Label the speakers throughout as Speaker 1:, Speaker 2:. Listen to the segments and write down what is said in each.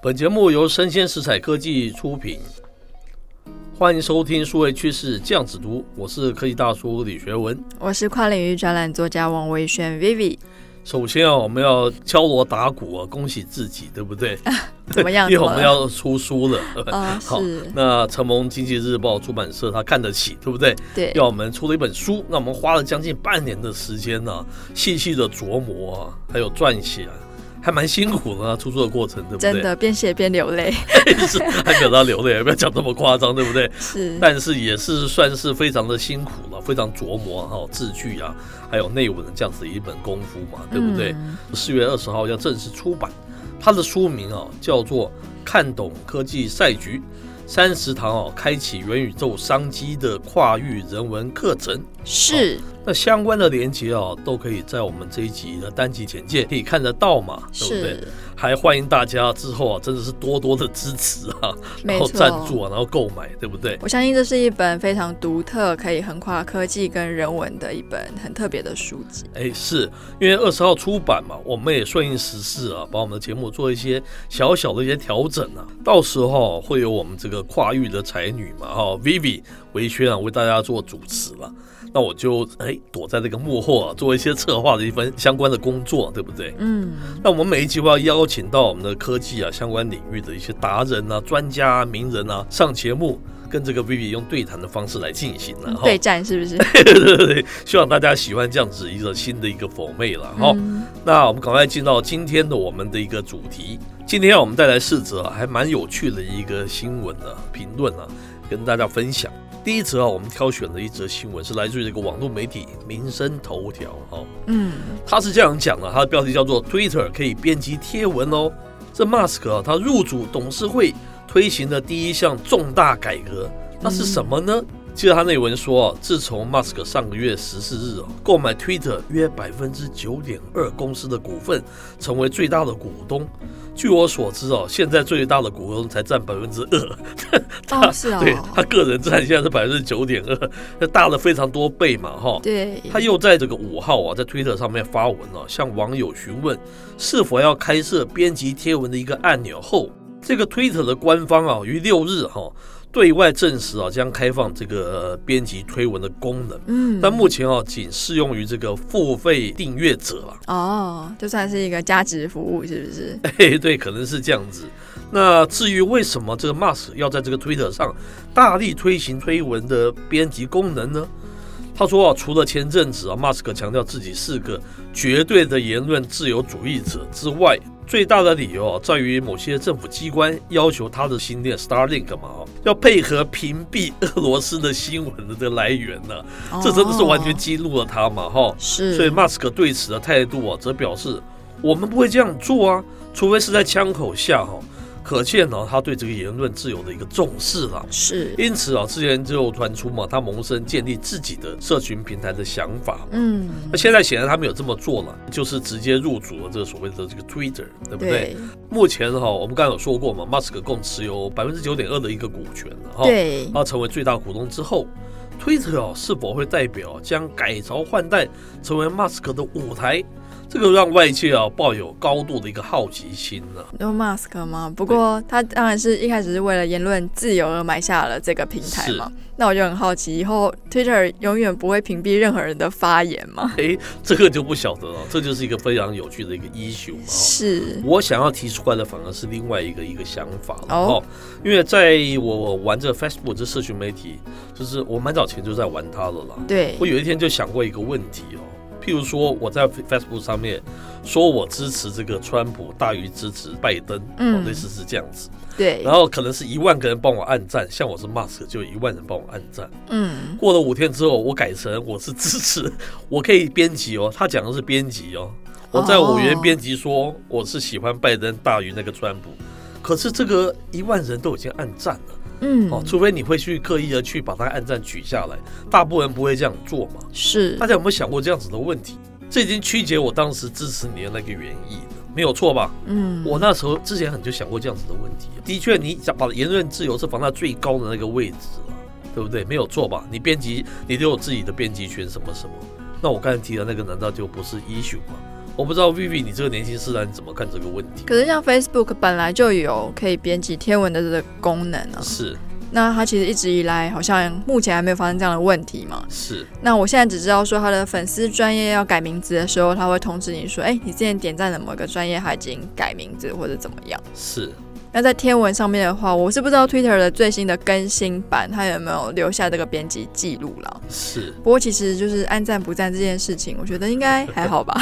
Speaker 1: 本节目由生鲜食材科技出品，欢迎收听数位趋势酱子读，我是科技大叔李学文。
Speaker 2: 我是跨领域专栏作家王维轩 Vivi，
Speaker 1: 首先啊，我们要敲锣打鼓啊，恭喜自己，对不对？
Speaker 2: 怎 么样？
Speaker 1: 因为我们要出书了。
Speaker 2: 啊、
Speaker 1: 好
Speaker 2: 是，
Speaker 1: 那承蒙经济日报出版社他看得起，对不对？
Speaker 2: 对，
Speaker 1: 要我们出了一本书，那我们花了将近半年的时间呢、细细的琢磨啊，还有撰写、啊，还蛮辛苦的、啊，出书的过程，对不对？
Speaker 2: 真的边写边流泪，
Speaker 1: 是还没有到流泪，不要讲这么夸张，对不对？
Speaker 2: 是
Speaker 1: 但是也是算是非常的辛苦了，非常琢磨哈、字句啊，还有内文的这样子一本功夫嘛，对不对？
Speaker 2: 嗯
Speaker 1: 四、月二十号要正式出版，它的书名啊叫做《看懂科技赛局》，三十堂哦、开启元宇宙商机的跨域人文课程。
Speaker 2: 是
Speaker 1: 那相关的连接啊，都可以在我们这一集的单集简介可以看得到嘛，对不对？
Speaker 2: 是，
Speaker 1: 还欢迎大家之后啊，真的是多多的支持啊，然
Speaker 2: 没
Speaker 1: 后赞助
Speaker 2: 错。
Speaker 1: 啊，然后购买，对不对？
Speaker 2: 我相信这是一本非常独特、可以横跨科技跟人文的一本很特别的书籍。
Speaker 1: 哎，是因为二十号出版嘛，我们也顺应时事啊，把我们的节目做一些小小的一些调整啊。到时候会有我们这个跨域的才女嘛，哈、Vivi 维轩啊，为大家做主持了。那我就哎躲在这个幕后啊，做一些策划的一份相关的工作，对不对？
Speaker 2: 嗯，
Speaker 1: 那我们每一集会要邀请到我们的科技啊相关领域的一些达人啊、专家啊、名人啊上节目，跟这个 Vivi 用对谈的方式来进行啊了、哈。
Speaker 2: 对战是 不是？
Speaker 1: 对对对，希望大家喜欢这样子一个新的一个 format 了哈。
Speaker 2: 嗯
Speaker 1: 那我们赶快进到今天的我们的一个主题。今天我们带来四则啊还蛮有趣的一个新闻啊评论啊，跟大家分享。第一则啊，我们挑选了一则新闻，是来自于这个网络媒体《民生头条》哈、
Speaker 2: 嗯，
Speaker 1: 他是这样讲的，他的标题叫做 “Twitter 可以编辑贴文哦”。这 Musk 啊，他入主董事会推行的第一项重大改革，那是什么呢？记得他内文说啊，自从 Musk 上个月十四日哦购买 Twitter 约百分之九点二公司的股份，成为最大的股东。据我所知哦，现在最大的股东才占百分之二，
Speaker 2: 哦是哦，
Speaker 1: 啊对他个人占现在是百分之九点二，那大了非常多倍嘛哈。
Speaker 2: 对，
Speaker 1: 他又在这个五号啊，在推特上面发文啊，向网友询问是否要开设编辑贴文的一个按钮后，这个推特的官方啊，于六日哈、对外证实啊，将开放这个呃编辑推文的功能，
Speaker 2: 嗯，
Speaker 1: 但目前啊，仅适用于这个付费订阅者啊。
Speaker 2: 哦，就算是一个价值服务，是不 是？
Speaker 1: 嘿，对，可能是这样子。那至于为什么这个 Mas 要在这个推特上大力推行推文的编辑功能呢？他说啊，除了前阵子啊，马斯克强调自己是个绝对的言论自由主义者之外，最大的理由啊，在于某些政府机关要求他的新店 Starlink 嘛，哦要配合屏蔽俄罗斯的新闻的这个来源呢、哎这真的是完全
Speaker 2: 哦
Speaker 1: 激怒了他嘛，哈、
Speaker 2: 是，
Speaker 1: 所以马斯克对此的态度啊，则表示我们不会这样做啊，除非是在枪口下哈、可见呢、他对这个言论自由的一个重视啦。
Speaker 2: 是，
Speaker 1: 因此啊，之前就传出嘛，他萌生建立自己的社群平台的想法。
Speaker 2: 嗯，
Speaker 1: 那现在显然他没有这么做了，就是直接入主了这个所谓的这个 Twitter，对不对？
Speaker 2: 对
Speaker 1: 目前哈、我们刚刚有说过嘛，马斯克共持有百分之九点二的一个股权了哈。
Speaker 2: 对，
Speaker 1: 他啊成为最大股东之后，推特啊是否会代表将改朝换代成为 Musk 的舞台？这个让外界啊抱有高度的一个好奇心啊呢、
Speaker 2: 有 Mask 吗？不过他当然是一开始是为了言论自由而买下了这个平台嘛。那我就很好奇，以后 Twitter 永远不会屏蔽任何人的发言吗？
Speaker 1: 诶，这个就不晓得了，这就是一个非常有趣的一个 issue 嘛哦
Speaker 2: 是，
Speaker 1: 我想要提出来的反而是另外一个一个想法了
Speaker 2: 哦
Speaker 1: 哦，因为在我玩这 Facebook 这社群媒体，就是我蛮早前就在玩它了啦。
Speaker 2: 对
Speaker 1: 我，有一天就想过一个问题哦，譬如说我在 Facebook 上面说我支持这个川普大于支持拜登，
Speaker 2: 嗯
Speaker 1: 哦，类似是这样子，
Speaker 2: 对
Speaker 1: 然，后可能是一万个人帮我按赞，像我是 Mask 就一万人帮我按赞。
Speaker 2: 嗯，
Speaker 1: 过了五天之后，我改成我是支持， 我可以编辑哦，他讲的是编辑哦，我在我原编辑说我是喜欢拜登大于那个川普。可是这个一万人都已经按赞了
Speaker 2: 嗯，
Speaker 1: 哦，除非你会去刻意的去把它按赞取下来，大部分人不会这样做嘛。
Speaker 2: 是
Speaker 1: 大，家有没有想过这样子的问题？这已经曲解我当时支持你的那个原意了，没有错吧？
Speaker 2: 嗯，
Speaker 1: 我那时候之前很就想过这样子的问题。的确，你想把言论自由是放在最高的那个位置啊，对不对？没有错吧？你编辑，你都有自己的编辑权，什么什么。那我刚才提的那个，难道就不是 issue 吗？我不知道 Vivi 你这个年轻世代你怎么看这个问题？
Speaker 2: 可是像 Facebook 本来就有可以编辑贴文的这个功能啊，
Speaker 1: 是
Speaker 2: 那它其实一直以来好像目前还没有发生这样的问题嘛。
Speaker 1: 是，
Speaker 2: 那我现在只知道说它的粉丝专业要改名字的时候，它会通知你说，哎、你之前点赞的某个专业它已经改名字或者怎么样。
Speaker 1: 是
Speaker 2: 那在天文上面的话，我是不知道 Twitter 的最新的更新版它有没有留下这个编辑记录啦。
Speaker 1: 是
Speaker 2: 不过其实就是按赞不赞这件事情，我觉得应该还好吧，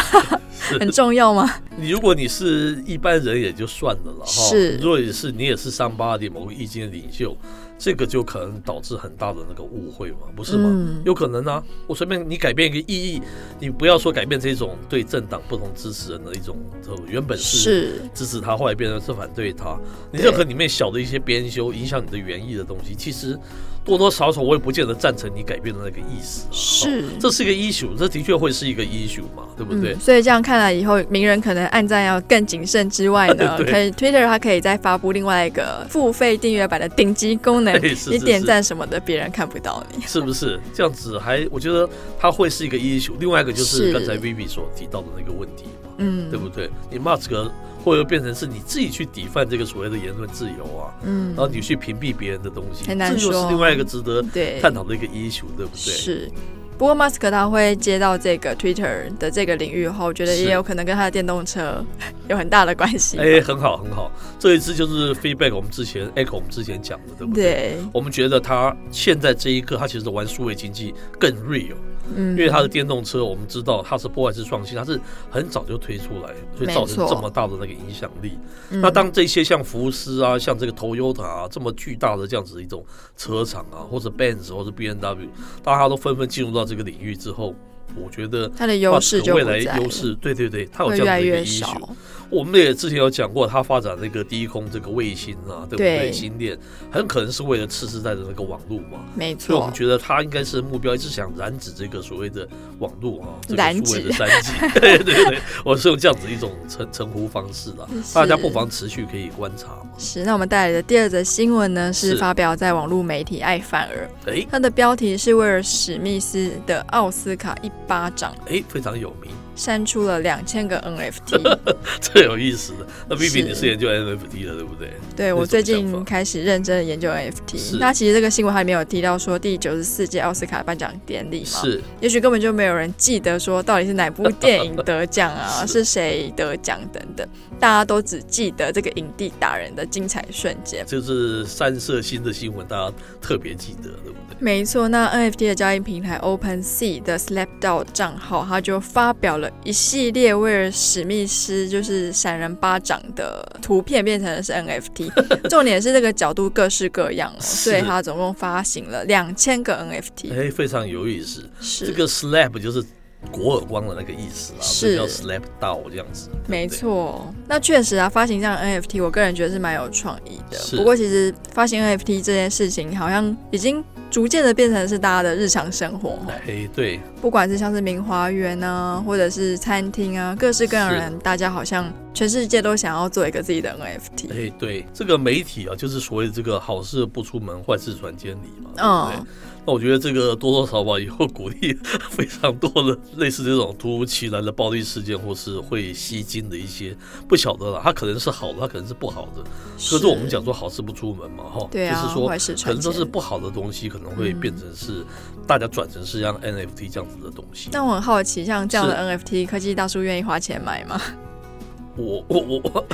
Speaker 2: 很
Speaker 1: 是，
Speaker 2: 重要吗？
Speaker 1: 你如果你是一般人也就算了了哈，
Speaker 2: 是
Speaker 1: 如果也是你也是三八的某个意见领袖，这个就可能导致很大的那个误会嘛，不是吗？
Speaker 2: 嗯
Speaker 1: 有可能啊，我随便你改变一个意义，你不要说改变这种对政党不同支持人的一种，呃原本是
Speaker 2: 是
Speaker 1: 支持他，后来变成是反对他，你
Speaker 2: 对
Speaker 1: 任何里面小的一些编修，影响你的原意的东西，其实多多少少我也不见得赞成你改变的那个意思、啊。哦，
Speaker 2: 是，
Speaker 1: 这是一个 issue，这的确会是一个 issue 嘛，对不对？
Speaker 2: 嗯，所以这样看来，以后名人可能按赞要更谨慎之外 呢，
Speaker 1: 对
Speaker 2: 可以 Twitter 它可以再发布另外一个付费订阅版的顶级功 能，
Speaker 1: 对是
Speaker 2: 你
Speaker 1: 是
Speaker 2: 点
Speaker 1: 是
Speaker 2: 赞什么的，别人看不到 你。
Speaker 1: 是不是这样子还？我觉得它会是一个 issue。另外一个就是
Speaker 2: 是
Speaker 1: 刚才 Vivi 所提到的那个问题嘛，
Speaker 2: 嗯，
Speaker 1: 对不对？你骂这个，或者变成是你自己去抵犯这个所谓的言论自由啊，
Speaker 2: 嗯
Speaker 1: 然，后你去屏蔽别人的东西，
Speaker 2: 很难
Speaker 1: 这就
Speaker 2: 说
Speaker 1: 是另外一个值得
Speaker 2: 对，
Speaker 1: 探讨的一个 issue，对不对？
Speaker 2: 是。不过马斯克他会接到这个 Twitter 的这个领域后，我觉得
Speaker 1: 是
Speaker 2: 也有可能跟他的电动车 有很大的关系吧。
Speaker 1: 哎，很好，很好。这一次就是 feedback，我们之前 echo 我们之前讲的，对不对？
Speaker 2: 对，
Speaker 1: 我们觉得他现在这一刻，他其实玩数位经济更 real，
Speaker 2: 嗯，
Speaker 1: 因为它的电动车，我们知道它是破坏式创新，它是很早就推出来，所以
Speaker 2: 没
Speaker 1: 造成
Speaker 2: 错
Speaker 1: 这么大的那个影响力。
Speaker 2: 嗯
Speaker 1: 那当这些像福斯啊、像这个 Toyota 啊这么巨大的这样子一种车厂啊，或者 Benz 或者 B N W，大家都纷纷进入到这个领域之后，我觉得
Speaker 2: 它的优势就
Speaker 1: 未
Speaker 2: 不
Speaker 1: 来
Speaker 2: 在
Speaker 1: 优
Speaker 2: 了，
Speaker 1: 势，对对对，它有
Speaker 2: 会
Speaker 1: 这
Speaker 2: 越
Speaker 1: 样
Speaker 2: 来
Speaker 1: 子的一个
Speaker 2: 越
Speaker 1: issue。
Speaker 2: 少。
Speaker 1: 我们也之前有讲过，他发展那个低空这个卫星啊，对不对？
Speaker 2: 对
Speaker 1: 星链很可能是为了次世代的那个网络嘛。
Speaker 2: 没
Speaker 1: 所以我
Speaker 2: 错
Speaker 1: 们，觉得他应该是目标一直想染指这个所谓的网络啊，这
Speaker 2: 染
Speaker 1: 个
Speaker 2: 指
Speaker 1: 所谓的三 G，对 对对，我是用这样子一种称称呼方式的，
Speaker 2: 是
Speaker 1: 大家不妨持续可以观察嘛。
Speaker 2: 是，那我们带来的第二则新闻呢，是
Speaker 1: 是
Speaker 2: 发表在网络媒体爱范儿，
Speaker 1: 哎
Speaker 2: 它的标题是威尔史密斯的奥斯卡一巴掌
Speaker 1: 哎，非常有名，
Speaker 2: 删除了两千个 NFT。
Speaker 1: 这有意思的。那 B
Speaker 2: 是
Speaker 1: B 你是研究 NFT 的，对不对？
Speaker 2: 对
Speaker 1: 那
Speaker 2: 我
Speaker 1: 是
Speaker 2: 最
Speaker 1: 什么想
Speaker 2: 近
Speaker 1: 法
Speaker 2: 开始认真的研究
Speaker 1: 是
Speaker 2: NFT。那其实这个新闻它里面有提到说，第九十四届奥斯卡颁奖典礼嘛，
Speaker 1: 是
Speaker 2: 也许根本就没有人记得说到底是哪 部电影得奖啊，
Speaker 1: 是
Speaker 2: 是谁得奖等等，大家都只记得这个影帝打人的精彩瞬间。
Speaker 1: 就是三色新的新闻，大家特别记得，对不对？
Speaker 2: 没错，那 NFT 的交易平台 OpenSea 的 Slapdog 账号，它就发表了一系列威尔史密斯就是闪人巴掌的图片，变成的 是 NFT。重点是这个角度各式各样哦，
Speaker 1: 是
Speaker 2: 所以它总共发行了两千个 NFT。
Speaker 1: 哎，非常有意思。
Speaker 2: 是，
Speaker 1: 这个 slap 就是国耳光的那个意思啊，
Speaker 2: 是
Speaker 1: 所以叫 slap 到这样子，对不对
Speaker 2: 没。错。那确实啊，发行这样的 NFT，我个人觉得是蛮有创意的。
Speaker 1: 是
Speaker 2: 不过其实发行 NFT 这件事情，好像已经逐渐的变成是大家的日常生活哦。
Speaker 1: 哎，对，
Speaker 2: 不管是像是名花园啊，或者是餐厅啊，各式各样的人，大家好像全世界都想要做一个自己的 NFT。
Speaker 1: 哎，对，这个媒体啊，就是所谓的这个好事不出门，坏事传千里嘛。嗯，
Speaker 2: 嗯，
Speaker 1: 那我觉得这个多多少少以后鼓励 非常多的类似这种突如其来的暴力事件，或是会吸金的一些不晓得了，它可能是好的，它可能是不好的。可是我们讲说好事不出门嘛，哈，
Speaker 2: 对啊，
Speaker 1: 就是说
Speaker 2: 坏事
Speaker 1: 可
Speaker 2: 传
Speaker 1: 能都
Speaker 2: 千。
Speaker 1: 是不好的东西，可能会
Speaker 2: 嗯
Speaker 1: 变成是、大家转成是像 NFT 这样子的东西。
Speaker 2: 但我很好奇，像这样的 NFT，科技大叔愿意花钱买吗？
Speaker 1: 我我我我，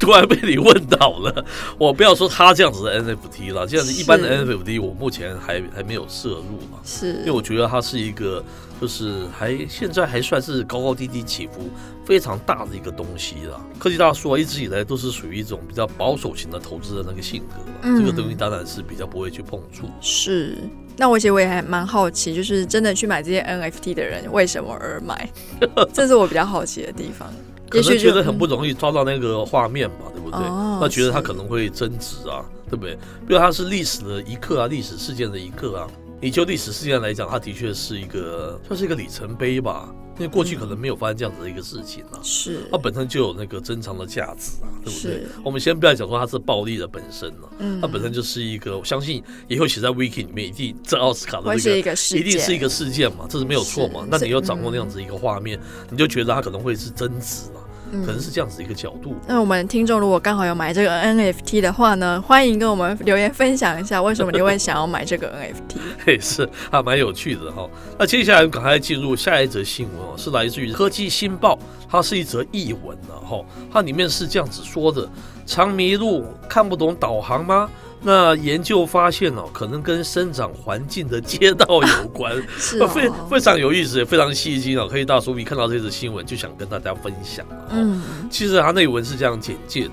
Speaker 1: 突然被你问到了。我不要说他这样子的 NFT 了，这样子一般的
Speaker 2: 是
Speaker 1: NFT 我目前还还没有摄入嘛，
Speaker 2: 是
Speaker 1: 因为，我觉得它是一个就是还现在还算是高高低低起伏非常大的一个东西啦。科技大叔啊，一直以来都是属于一种比较保守型的投资的那个性格嘛，
Speaker 2: 嗯
Speaker 1: 这个东西当然是比较不会去碰触。
Speaker 2: 是。那我其实我也还蛮好奇，就是真的去买这些 NFT 的人为什么而 买？这是我比较好奇的地方。
Speaker 1: 可能
Speaker 2: 也许就
Speaker 1: 觉得很不容易抓到那个画面吧，对不对？
Speaker 2: 哦
Speaker 1: 那觉得它
Speaker 2: 是
Speaker 1: 可能会增值啊，对不对？因为它是历史的一刻啊，历史事件的一刻啊。你就历史事件来讲，它的确是一个算是一个里程碑吧，因为过去可能没有发生这样子的一个事情啊，
Speaker 2: 嗯是
Speaker 1: 它本身就有那个珍藏的价值啊，对对不对
Speaker 2: 是？
Speaker 1: 我们先不要讲说它是暴力的本身了、
Speaker 2: 嗯，
Speaker 1: 它本身就是一个，我相信也会写在 Wiki 里面，一定在奥斯卡的
Speaker 2: 会
Speaker 1: 这
Speaker 2: 是
Speaker 1: 个
Speaker 2: 一个事
Speaker 1: 一
Speaker 2: 件，
Speaker 1: 定是一个事件嘛，这是没有错嘛
Speaker 2: 是。
Speaker 1: 那
Speaker 2: 是
Speaker 1: 你又掌握那样子一个画面，你就觉得它可能会是啊争执嘛，
Speaker 2: 嗯
Speaker 1: 可能是这样子一个角度。
Speaker 2: 那我们听众如果刚好有买这个 NFT 的话呢，欢迎跟我们留言分享一下，为什么你会想要买这个 NFT？
Speaker 1: 嘿，是还蛮有趣的哈、那接下来我们赶快进入下一则新闻哦，是来自于《科技新报》，它是一则译文了哈、它里面是这样子说的：常迷路看不懂导航吗？那研究发现哦，可能跟生长环境的街道有关，
Speaker 2: 是、哦，
Speaker 1: 非非常有意思，也非常吸睛哦。可以大叔一看到这则新闻就想跟大家分享了、哦。
Speaker 2: 嗯，
Speaker 1: 其实他内文是这样简介的，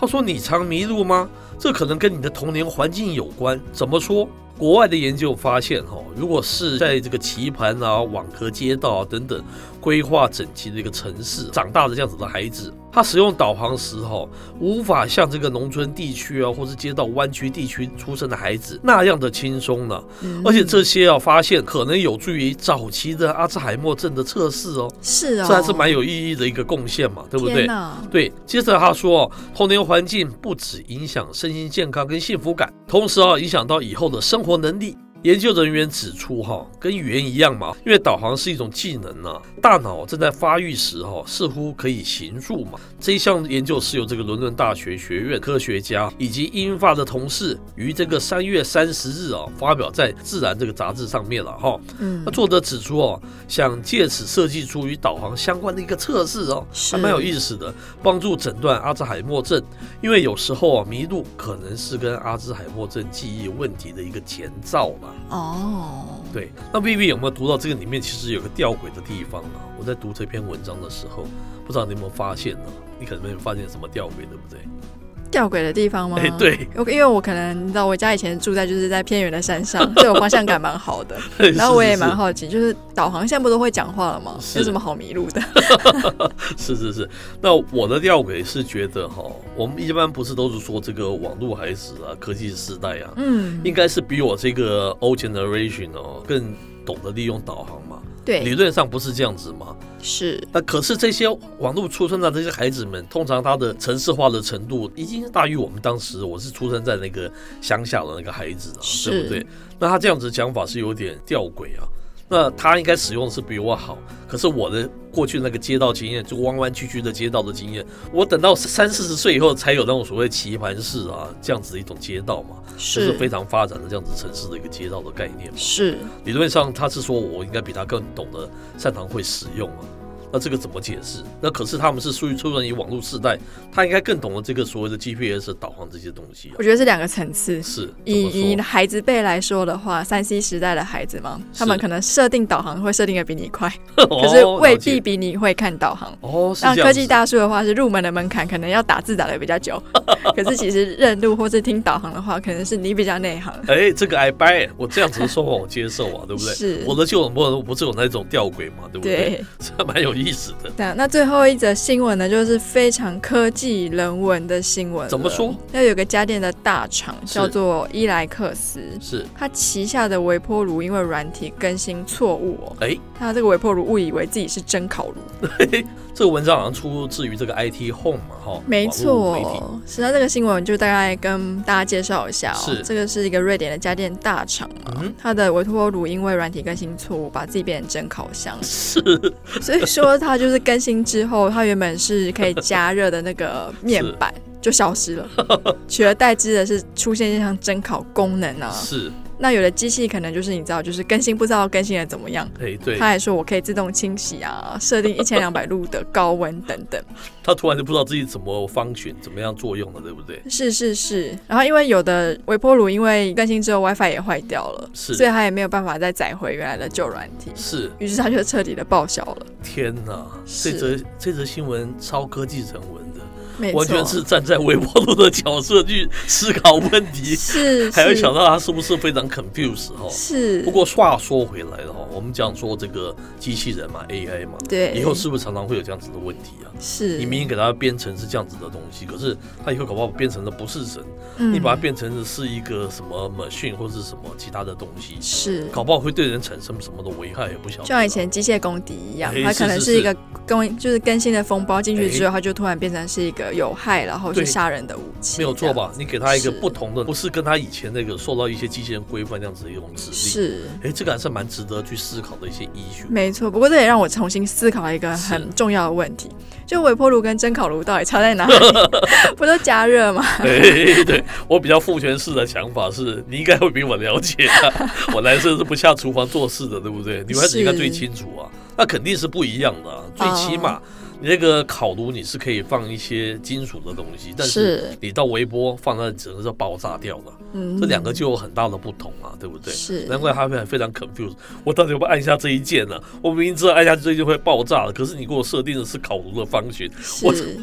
Speaker 1: 他说：“你常迷路吗？这可能跟你的童年环境有关。怎么说？国外的研究发现，哈，如果是在这个棋盘啊、网格街道啊等等规划整齐的一个城市长大的这样子的孩子，他使用导航时，哈，无法像这个农村地区啊，或是街道弯曲地区出生的孩子那样的轻松了。
Speaker 2: 嗯
Speaker 1: 而且这些啊，发现可能有助于早期的阿兹海默症的测试哦，
Speaker 2: 是哦，
Speaker 1: 这还是蛮有意义的一个贡献嘛，对不对
Speaker 2: 天？哪
Speaker 1: 对，接着他说，哦，童年环境不只影响身心健康跟幸福感，同时啊，影响到以后的生活能力。研究人员指出，哈，跟语言一样嘛，因为导航是一种技能呢、啊大脑正在发育时，哈，似乎可以行入嘛。这一项研究是由这个伦敦大学学院科学家以及英法的同事于这个三月三十日啊，发表在《自然》这个杂志上面了，哈。
Speaker 2: 嗯
Speaker 1: 那，作者指出哦，想借此设计出与导航相关的一个测试哦，
Speaker 2: 是
Speaker 1: 还蛮有意思的，帮助诊断阿兹海默症。因为有时候啊，迷路可能是跟阿兹海默症记忆问题的一个前兆吧。
Speaker 2: 哦，
Speaker 1: 对，那 Vivi 有没有读到这个里面？其实有个吊诡的地方啊。我在读这篇文章的时候，不知道你有没有发现呢、你可能没有发现什么吊诡，对不对？
Speaker 2: 吊诡的地方吗？
Speaker 1: 哎、。对，
Speaker 2: 我因为我可能你知道，我家以前住在就是在偏远的山上， 所以我方向感蛮 好的。然后我也蛮好奇，就是导航现在不都会讲话了吗？
Speaker 1: 是
Speaker 2: 有什么好迷路的？
Speaker 1: 是是是，那我的吊诡是觉得哈，我们一般不是都是说这个网络孩子啊，科技时代啊，
Speaker 2: 嗯，
Speaker 1: 应该是比我这个 old generation 哦更懂得利用导航嘛。理
Speaker 2: 对，
Speaker 1: 论上不是这样子嘛。
Speaker 2: 是
Speaker 1: 那可是这些网络出生的这些孩子们，通常他的城市化的程度已经大于我们当时我是出生在那个乡下的那个孩子啊，
Speaker 2: 是
Speaker 1: 对不对？那他这样子讲法是有点吊诡啊。那他应该使用的是比我好，可是我的过去那个街道经验，就弯弯曲曲的街道的经验，我等到三四十岁以后才有那种所谓棋盘式啊这样子的一种街道嘛，这是非
Speaker 2: 是
Speaker 1: 常发展的这样子城市的一个街道的概念嘛。
Speaker 2: 是，
Speaker 1: 理论上他是说我应该比他更懂得擅长会使用啊。那这个怎么解释？那可是他们是属于出生于网络世代，他应该更懂得这个所谓的 GPS 导航这些东西啊。
Speaker 2: 我觉得是两个层次。
Speaker 1: 是怎
Speaker 2: 以
Speaker 1: 么
Speaker 2: 以
Speaker 1: 说？
Speaker 2: 孩子辈来说的话，三 C 时代的孩子嘛，
Speaker 1: 是
Speaker 2: 他们可能设定导航会设定的比你快， 可是
Speaker 1: 哦
Speaker 2: 未
Speaker 1: 了解
Speaker 2: 必比你会看导航。
Speaker 1: 哦，是
Speaker 2: 那
Speaker 1: 这样
Speaker 2: 科技
Speaker 1: 子
Speaker 2: 大叔的话是入门的门槛，可能要打字打的比较久， 可是其实认路或是听导航的话，可能是你比较内行。
Speaker 1: 哎，这个 I buy，我这样子的说法我接受啊，对不对？
Speaker 2: 是
Speaker 1: 我的就很不不是有那种吊诡嘛，对不对？
Speaker 2: 对，
Speaker 1: 这还蛮有意思的。
Speaker 2: 那那最后一则新闻呢，就是非常科技人文的新闻了。
Speaker 1: 怎么说？
Speaker 2: 要有个家电的大厂
Speaker 1: 是
Speaker 2: 叫做伊莱克斯，
Speaker 1: 是
Speaker 2: 它旗下的微波炉因为软体更新错误哦，
Speaker 1: 哎，
Speaker 2: 它这个微波炉误以为自己是蒸烤炉，
Speaker 1: 这个文章好像出自于这个 IT Home 嘛，哈，
Speaker 2: 没
Speaker 1: 网络媒体
Speaker 2: 错，实际上这个新闻就大概跟大家介绍一下哦
Speaker 1: 是。
Speaker 2: 这个是一个瑞典的家电大厂嘛，
Speaker 1: 嗯，
Speaker 2: 它的微波炉因为软体更新错误，把自己变成蒸烤箱
Speaker 1: 是
Speaker 2: 所以说它就是更新之后，它原本是可以加热的那个面 板。就消失了，取而代之的是出现像蒸烤功能啊。
Speaker 1: 是，
Speaker 2: 那有的机器可能就是你知道，就是更新不知道更新的怎么样，
Speaker 1: 哎，对
Speaker 2: 它，还说我可以自动清洗啊，设定一千两百度的高温等等。
Speaker 1: 他突然就不知道自己怎么方选，怎么样作用了，对不对？
Speaker 2: 是是是，然后因为有的微波炉因为更新之后 WiFi 也坏掉了，
Speaker 1: 是
Speaker 2: 所以它也没有办法再载回原来的旧软体，
Speaker 1: 是，
Speaker 2: 于是它就彻底的报销了。
Speaker 1: 天哪！这
Speaker 2: 是
Speaker 1: 则这则新闻超科技人文的，
Speaker 2: 没错，
Speaker 1: 完全是站在微波炉的角色去思考问题，
Speaker 2: 是
Speaker 1: 还要
Speaker 2: 是
Speaker 1: 想到他是不是非常 confused 哈、哦。
Speaker 2: 是
Speaker 1: 不过话说回来了哈、哦，我们讲说这个机器人嘛，AI 嘛，
Speaker 2: 对，
Speaker 1: 以后是不是常常会有这样子的问题啊？
Speaker 2: 是
Speaker 1: 你明明给它编程是这样子的东西，可是它以后搞不好编成的不是人，
Speaker 2: 嗯
Speaker 1: 你把它变成的是一个什么 machine 或是什么其他的东西，
Speaker 2: 是，
Speaker 1: 搞不好会对人产生什么的危害也不晓得啊。
Speaker 2: 就像以前机械公敌一样
Speaker 1: 哎，
Speaker 2: 它
Speaker 1: 是
Speaker 2: 可能
Speaker 1: 是
Speaker 2: 是一
Speaker 1: 是
Speaker 2: 个更就是更新的风暴进去之
Speaker 1: 哎
Speaker 2: 后，它就突然变成是一个有害，然后
Speaker 1: 对
Speaker 2: 去杀人的武器，
Speaker 1: 没有错吧？你给他一个
Speaker 2: 是
Speaker 1: 不同的，不是跟他以前那个受到一些机器人规范那样子的一种
Speaker 2: 这
Speaker 1: 指
Speaker 2: 样？
Speaker 1: 令。，
Speaker 2: 是。
Speaker 1: 哎，这个还是蛮值得去思考的一些 issue。
Speaker 2: 没错，不过这也让我重新思考一个
Speaker 1: 是
Speaker 2: 很重要的问题，就微波炉跟蒸烤炉到底差 在哪里？不都加热吗？
Speaker 1: 哎， 对我比较父权式的想法是，你应该会比我了解、啊。 我男生是不下厨房做事的，对不对？你们还是应该最清楚啊。那肯定是不一样的、啊，最起码
Speaker 2: 哦
Speaker 1: 你那个烤炉你是可以放一些金属的东西，但是
Speaker 2: 是，
Speaker 1: 你到微波放那只能是爆炸掉了。
Speaker 2: 嗯
Speaker 1: 这两个就有很大的不同啊，对不对？
Speaker 2: 是
Speaker 1: 难怪他会非常 confused，我到底有没有按下这一键呢、我明明知道按下这一键会爆炸了，可是你给我设定的是烤炉的方形，我
Speaker 2: 是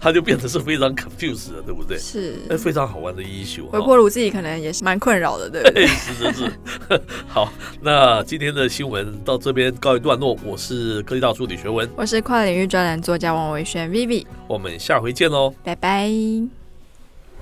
Speaker 1: 它就变得是非常 confused 的，对不对？
Speaker 2: 是，
Speaker 1: 哎，非常好玩的一宿
Speaker 2: 微
Speaker 1: 啊！
Speaker 2: 波炉自己可能也是蛮困扰的，对不对？
Speaker 1: 嘿 是是是，好，那今天的新闻到这边告一段落。我是科技大叔李学文，
Speaker 2: 我是跨领域专栏作家王维轩 Vivi，
Speaker 1: 我们下回见喽。哦
Speaker 2: 拜拜。